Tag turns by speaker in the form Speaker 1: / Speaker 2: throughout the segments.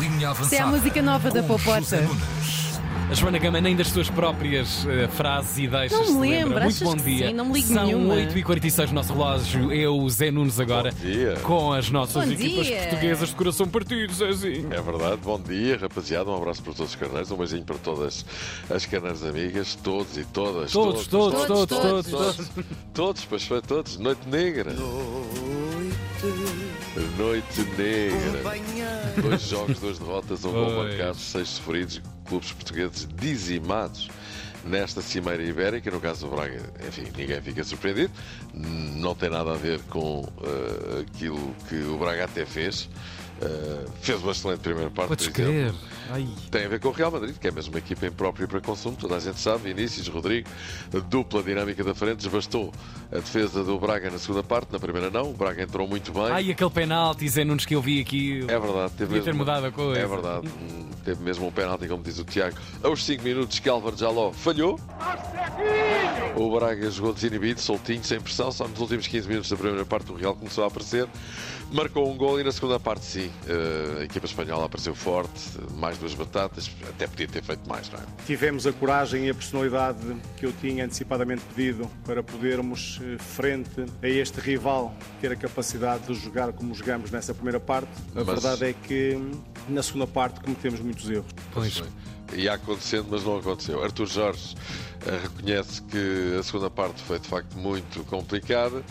Speaker 1: Linha
Speaker 2: Isso
Speaker 1: avançada.
Speaker 2: é a música nova da
Speaker 1: com
Speaker 2: Popota.
Speaker 1: José Nunes.
Speaker 3: A Joana Gama nem das suas próprias eh, frases e deixas
Speaker 2: Não me
Speaker 3: se
Speaker 2: lembro,
Speaker 3: lembra.
Speaker 2: achas
Speaker 3: Muito bom
Speaker 2: que
Speaker 3: dia.
Speaker 2: sim? Não me ligo
Speaker 3: São
Speaker 2: nenhuma.
Speaker 3: 8h46 no nosso relógio. Eu, o Zé Nunes, agora
Speaker 4: Bom dia.
Speaker 3: com as nossas
Speaker 2: Bom
Speaker 3: equipas
Speaker 2: dia.
Speaker 3: portuguesas de coração partido, Zezinho.
Speaker 4: É verdade, bom dia, rapaziada. Um abraço para todos os carneiros, um beijinho para todas as carneiras amigas, todos e todas.
Speaker 3: Todos, todos, todos, todos,
Speaker 2: Todos,
Speaker 3: todos.
Speaker 4: Todos, pois foi todos. Noite negra. Noite negra. Dois jogos, duas derrotas, um gol
Speaker 3: Pois.
Speaker 4: marcado, seis sofridos, clubes portugueses dizimados nesta Cimeira Ibérica. No caso do Braga, enfim, ninguém fica surpreendido. Não tem nada a ver com eh, aquilo que o Braga até fez. Eh, fez uma excelente primeira parte,
Speaker 3: Podes
Speaker 4: por exemplo.
Speaker 3: crer. Ai.
Speaker 4: Tem a ver com o Real Madrid, que é mesmo uma equipa imprópria para consumo, toda a gente sabe. Vinícius, Rodrigo, dupla dinâmica da frente, desbastou a defesa do Braga na segunda parte, na primeira não. O Braga entrou muito bem.
Speaker 3: Ai, aquele penalti, Zé Nunes, que eu vi aqui.
Speaker 4: É verdade, teve
Speaker 3: Devia ter
Speaker 4: mesmo-
Speaker 3: mudado a coisa.
Speaker 4: É verdade, Hum, teve mesmo um penalti, como diz o Tiago. Aos 5 minutos, que Álvaro Jaló falhou. O Braga jogou desinibido, soltinho, sem pressão. Só nos últimos 15 minutos da primeira parte, o Real começou a aparecer. Marcou um gol e na segunda parte, sim, eh, a equipa espanhola apareceu forte. Mais duas batatas, até podia ter feito mais, não é?
Speaker 5: Tivemos a coragem e a personalidade que eu tinha antecipadamente pedido para podermos, eh, frente a este rival, ter a capacidade de jogar como jogamos nessa primeira parte. A
Speaker 4: Mas-
Speaker 5: verdade é que hum, na segunda parte cometemos muitos erros.
Speaker 3: Pois.
Speaker 4: Ia é? acontecendo, mas não aconteceu. Arthur Jorge eh, reconhece que a segunda parte foi de facto muito complicada.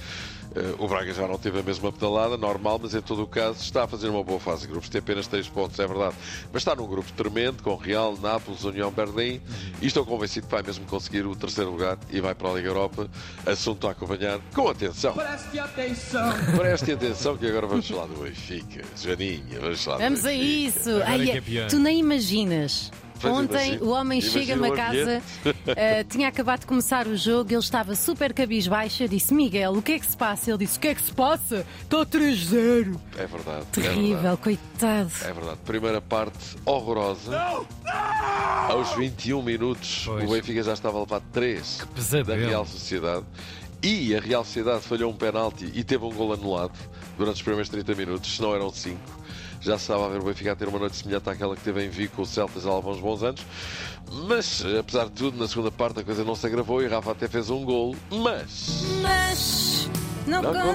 Speaker 4: Eh, O Braga já não teve a mesma pedalada, normal, mas em todo o caso está a fazer uma boa fase de grupos. Tem apenas 3 pontos, é verdade. Mas está num grupo tremendo com Real, Nápoles, União Berlim e estou convencido que vai mesmo conseguir o terceiro lugar e vai para a Liga Europa. Assunto a acompanhar com atenção.
Speaker 6: Preste atenção.
Speaker 4: Preste atenção que agora vamos falar do Benfica. Joaninha, vamos falar do
Speaker 2: Vamos a
Speaker 4: Benfica.
Speaker 2: isso! Ai,
Speaker 3: é que é pior.
Speaker 2: tu nem imaginas.
Speaker 4: Pois
Speaker 2: Ontem
Speaker 4: imagino.
Speaker 2: o homem
Speaker 4: Imagino
Speaker 2: chega-me
Speaker 4: o
Speaker 2: a casa, eh, tinha acabado de começar o jogo, ele estava super cabisbaixo. Eu disse: Miguel, o que é que se passa? Ele disse: O que é que se passa? Está 3-0.
Speaker 4: É verdade. é verdade.
Speaker 2: Terrível, coitado.
Speaker 4: É verdade. Primeira parte horrorosa. Aos 21 minutos,
Speaker 3: Pois.
Speaker 4: o Benfica já estava a levar 3 da
Speaker 3: pesadelo.
Speaker 4: Real Sociedade. E a Real Sociedade falhou um penalti e teve um gol anulado durante os primeiros 30 minutos, se não eram 5. Já se estava a ver o Benfica a ter uma noite semelhante àquela que teve em Vigo com o Celtas há alguns bons anos. Mas, apesar de tudo, na segunda parte a coisa não se agravou e Rafa até fez um gol. Mas...
Speaker 2: Mas não,
Speaker 4: Não
Speaker 2: conta.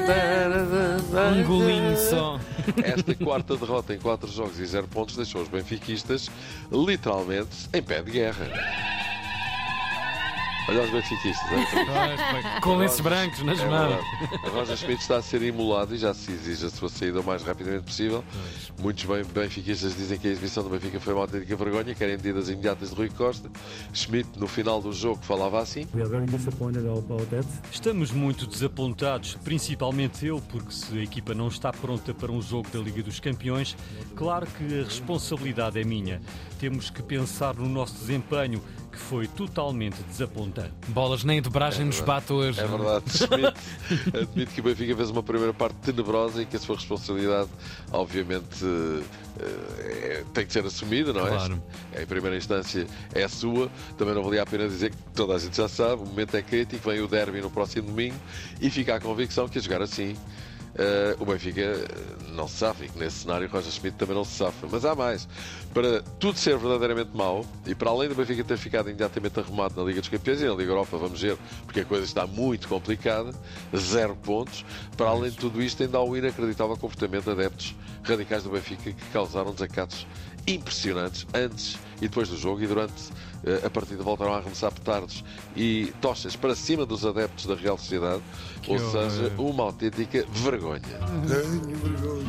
Speaker 4: conta-
Speaker 3: Um golinho só.
Speaker 4: esta quarta derrota em 4 jogos e 0 pontos deixou os benfiquistas literalmente em pé de guerra. Olha os benfiquistas. é?
Speaker 3: Pois, pois. Com lenços brancos nas
Speaker 4: É
Speaker 3: mãos.
Speaker 4: verdade. Roger Schmidt está a ser imolado e já se exige a sua saída o mais rapidamente possível. Muitos ben- benfiquistas dizem que a exibição do Benfica foi uma autêntica vergonha, querem medidas imediatas de Rui Costa. Schmidt, no final do jogo, falava assim.
Speaker 7: We are very disappointed about that.
Speaker 8: Estamos muito desapontados, principalmente eu, porque se a equipa não está pronta para um jogo da Liga dos Campeões, claro que a responsabilidade é minha. Temos que pensar no nosso desempenho, que foi totalmente desapontante.
Speaker 3: Bolas nem dobragem nos bate hoje.
Speaker 4: É verdade, Schmidt admite que o Benfica fez uma primeira parte tenebrosa e que a sua responsabilidade, obviamente, eh, eh, tem que ser assumida, não é?
Speaker 3: Claro.
Speaker 4: Em primeira instância é a sua. Também não valia a pena dizer que toda a gente já sabe, o momento é crítico, vem o derby no próximo domingo e fica a convicção que a jogar assim. eh, o Benfica eh, não se safa e que nesse cenário Roger Schmidt também não se safa. Mas há mais. Para tudo ser verdadeiramente mau e para além do Benfica ter ficado imediatamente arrumado na Liga dos Campeões e na Liga Europa, vamos ver, porque a coisa está muito complicada, zero pontos. Para além de tudo isto, ainda há o inacreditável comportamento de adeptos radicais do Benfica que causaram desacatos impressionantes antes e depois do jogo e durante eh, a partida voltaram a arremessar petardos e tochas para cima dos adeptos da Real Sociedade, ou
Speaker 3: horror.
Speaker 4: seja, uma autêntica vergonha.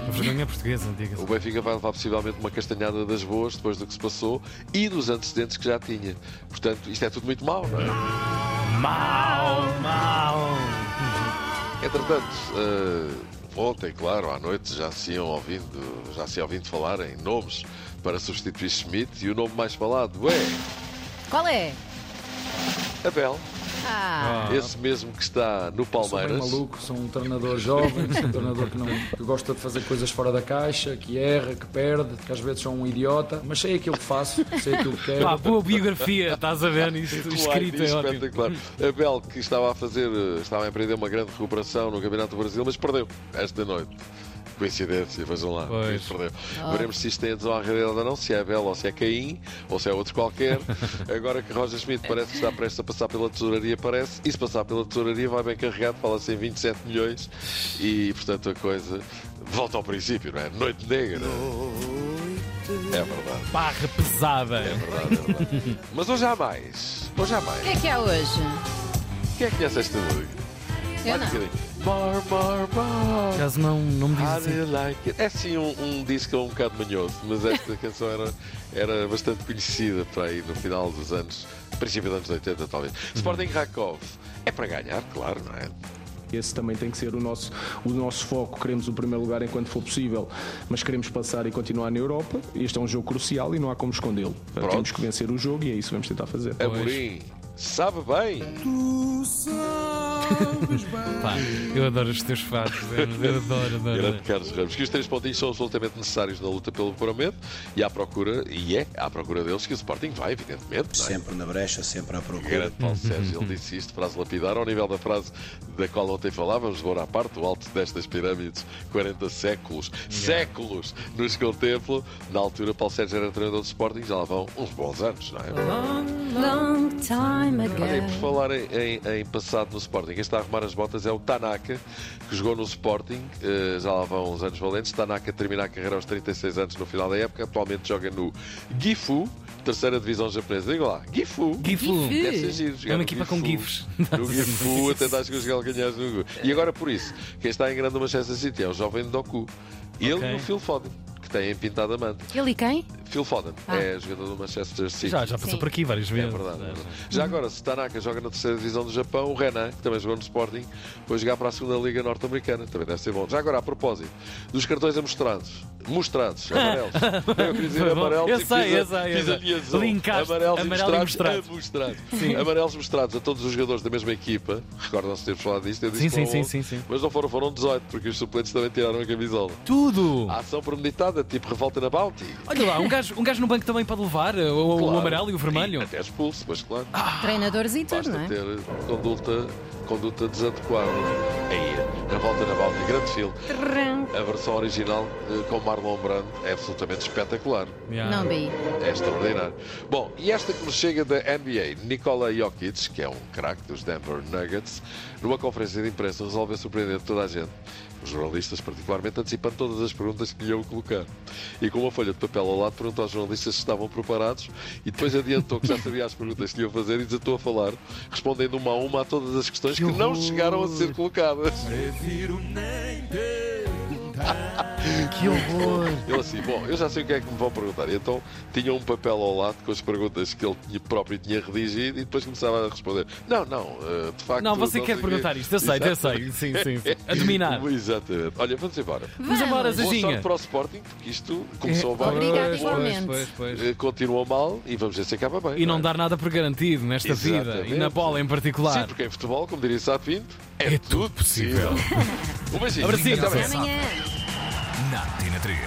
Speaker 3: A vergonha portuguesa, diga-se.
Speaker 4: O Benfica vai levar possivelmente uma castanhada das boas depois do que se passou e dos antecedentes que já tinha. Portanto, isto é tudo muito mau, não é? Mau, mau! Entretanto, eh, ontem, claro, à noite já se iam ouvindo, já se iam ouvindo falar em nomes para substituir Schmidt e o nome mais falado é
Speaker 2: Qual é?
Speaker 4: Abel,
Speaker 2: Ah,
Speaker 4: esse mesmo que está no
Speaker 9: Sou bem
Speaker 4: Palmeiras.
Speaker 9: maluco, sou um treinador jovem, sou um treinador que, não, que gosta de fazer coisas fora da caixa, que erra, que perde, que às vezes sou um idiota, mas sei aquilo que faço, sei aquilo que
Speaker 3: Pá,
Speaker 9: quero.
Speaker 3: boa biografia, estás a ver nisto?
Speaker 4: Tipo
Speaker 3: Escrito é ótimo.
Speaker 4: um espetacular. Abel, que estava a fazer, eh, estava a empreender uma grande recuperação no Campeonato do Brasil, mas perdeu esta noite. coincidência, vejam lá.
Speaker 3: Pois.
Speaker 4: Perdeu. Veremos se isto tem adesão à realidade ou não, se é Abel ou se é Caim, ou se é outro qualquer. Agora que Roger Schmidt parece que está prestes a passar pela tesouraria, parece, e se passar pela tesouraria vai bem carregado, fala-se em 27 milhões e, portanto, a coisa volta ao princípio, não é? Noite negra. É verdade,
Speaker 3: Barra pesada.
Speaker 4: é verdade, é verdade. Mas hoje há mais. Hoje há mais.
Speaker 2: O que é que há hoje?
Speaker 4: Quem é que conhece esta música?
Speaker 2: Eu
Speaker 4: Olha
Speaker 2: não.
Speaker 4: que lindo. Bar, bar, bar.
Speaker 1: Caso não, não me diz
Speaker 4: How do
Speaker 1: assim.
Speaker 4: you like it? É sim um, um disco um bocado manhoso, mas esta canção era, era bastante conhecida para aí no final dos anos, princípio dos anos 80 talvez.
Speaker 2: Uhum.
Speaker 4: Sporting Rakov é para ganhar, claro, não é?
Speaker 6: Esse também tem que ser o nosso, o nosso foco. Queremos o primeiro lugar enquanto for possível, mas queremos passar e continuar na Europa. Este é um jogo crucial e não há como escondê-lo.
Speaker 4: Pronto.
Speaker 6: Temos que vencer o jogo e é isso que vamos tentar fazer.
Speaker 4: Amorim, sabe bem.
Speaker 3: Pá, eu adoro os teus fatos. Eu, eu adoro, adoro.
Speaker 4: Grande Carlos Ramos, que os três pontinhos são absolutamente necessários na luta pelo puramente e à procura, e é à procura deles que o Sporting vai, evidentemente. não é?
Speaker 10: Sempre na brecha, sempre à procura.
Speaker 4: Grande Paulo Sérgio, ele disse isto, frase lapidar, ao nível da frase da qual ontem falávamos, vou à parte, o alto destas pirâmides, 40 séculos, séculos nos contemplo. Na altura, Paulo Sérgio era treinador de Sporting, já lá vão uns bons anos, não é?
Speaker 2: Long time
Speaker 4: Olha, e por
Speaker 3: É.
Speaker 2: ago.
Speaker 4: falar em, em- em passado no Sporting, quem está a arrumar as botas é o Tanaka, que jogou no Sporting, eh, já lá vão uns anos valentes. Tanaka termina a carreira aos 36 anos no final da época, atualmente joga no Gifu, terceira divisão japonesa. Diga lá, Gifu.
Speaker 3: Gifu.
Speaker 2: Gifu.
Speaker 4: Deve ser giro, jogar
Speaker 3: É uma
Speaker 4: no
Speaker 3: equipa
Speaker 4: Gifu.
Speaker 3: com gifs.
Speaker 4: No Gifu, até estás com os galganhares no Gu. E agora por isso, quem está em grande Manchester City é o jovem Doku. Ele
Speaker 8: Ok.
Speaker 4: e o Phil Foden, que tem pintado a manta.
Speaker 2: Ele e quem?
Speaker 4: Phil Foden
Speaker 2: Ah.
Speaker 4: é jogador do Manchester City.
Speaker 3: Já, já passou
Speaker 2: Sim.
Speaker 3: por aqui várias
Speaker 4: É
Speaker 3: vezes.
Speaker 4: verdade. é verdade. Já agora, se Tanaka joga na terceira divisão do Japão, o Renan, que também jogou no Sporting, vai jogar para a segunda Liga Norte-Americana. Também deve ser bom. Já agora, a propósito, dos cartões amostrados, mostrados, amarelos. eu queria dizer
Speaker 3: Foi bom.
Speaker 4: amarelos
Speaker 3: Eu
Speaker 4: e
Speaker 3: sei,
Speaker 4: fiz a-
Speaker 3: eu sei, eu
Speaker 4: fiz
Speaker 3: sei.
Speaker 4: a linha azul.
Speaker 3: Linkaste
Speaker 4: Amarelos
Speaker 3: amarelo
Speaker 4: e
Speaker 3: e
Speaker 4: mostrados. a mostrados. Amarelos mostrados a todos os jogadores da mesma equipa. Recordam-se de termos falado disto. Eu disse
Speaker 1: Sim,
Speaker 4: que
Speaker 1: sim,
Speaker 4: foram
Speaker 1: sim,
Speaker 4: 11,
Speaker 1: sim, sim.
Speaker 4: Mas não foram, foram 18, porque os suplentes também tiraram a camisola.
Speaker 1: Tudo!
Speaker 4: A ação premeditada, tipo revolta na Bounty.
Speaker 1: Olha lá, um gajo, um gajo no banco também pode levar o, o
Speaker 4: Claro.
Speaker 1: amarelo e o vermelho.
Speaker 4: E até expulso, mas claro.
Speaker 2: Treinadores e tudo,
Speaker 4: Basta
Speaker 2: não é?
Speaker 4: ter conduta, conduta desadequada. Aí, a volta na Báltica, grande filme. A versão original eh, com Marlon Brando é absolutamente espetacular.
Speaker 3: Yeah.
Speaker 2: Não vi.
Speaker 4: É extraordinário. Bom, e esta que nos chega da NBA, Nikola Jokic, que é um craque dos Denver Nuggets, numa conferência de imprensa resolveu surpreender toda a gente. Os jornalistas, particularmente, antecipando todas as perguntas que lhe iam colocar. E com uma folha de papel ao lado, perguntou aos jornalistas se estavam preparados e depois adiantou que já sabia as perguntas que lhe iam fazer e desatou a falar, respondendo uma a uma a todas as questões que, não chegaram a ser colocadas.
Speaker 1: Que horror!
Speaker 4: Ele assim, bom, eu já sei o que é que me vão perguntar. E Então tinha um papel ao lado com as perguntas que ele tinha- próprio tinha redigido e depois começava a responder. Não, não, eh, de facto.
Speaker 1: Não, você quer
Speaker 4: sei o quê."
Speaker 1: perguntar isto, eu sei, eu sei. Sim, sim, sim. A dominar.
Speaker 4: Exatamente. Olha, vamos embora.
Speaker 1: Vamos embora,
Speaker 4: Boa sorte
Speaker 1: Zezinha. Eh,
Speaker 4: para o Sporting, porque isto começou bem,
Speaker 2: Obrigada,
Speaker 4: depois,
Speaker 2: igualmente.
Speaker 3: Pois, pois, pois.
Speaker 4: eh, continuou mal e vamos ver se acaba bem.
Speaker 1: E não
Speaker 4: é?
Speaker 1: dar nada por garantido nesta vida e na
Speaker 4: Exatamente.
Speaker 1: bola em
Speaker 4: Sim,
Speaker 1: particular.
Speaker 4: porque em futebol, como diria Sá Pinto, é, tudo possível. um beijinho.
Speaker 1: É Abracinho.
Speaker 4: Até amanhã.
Speaker 2: Amanhã.
Speaker 11: Na Tina 3.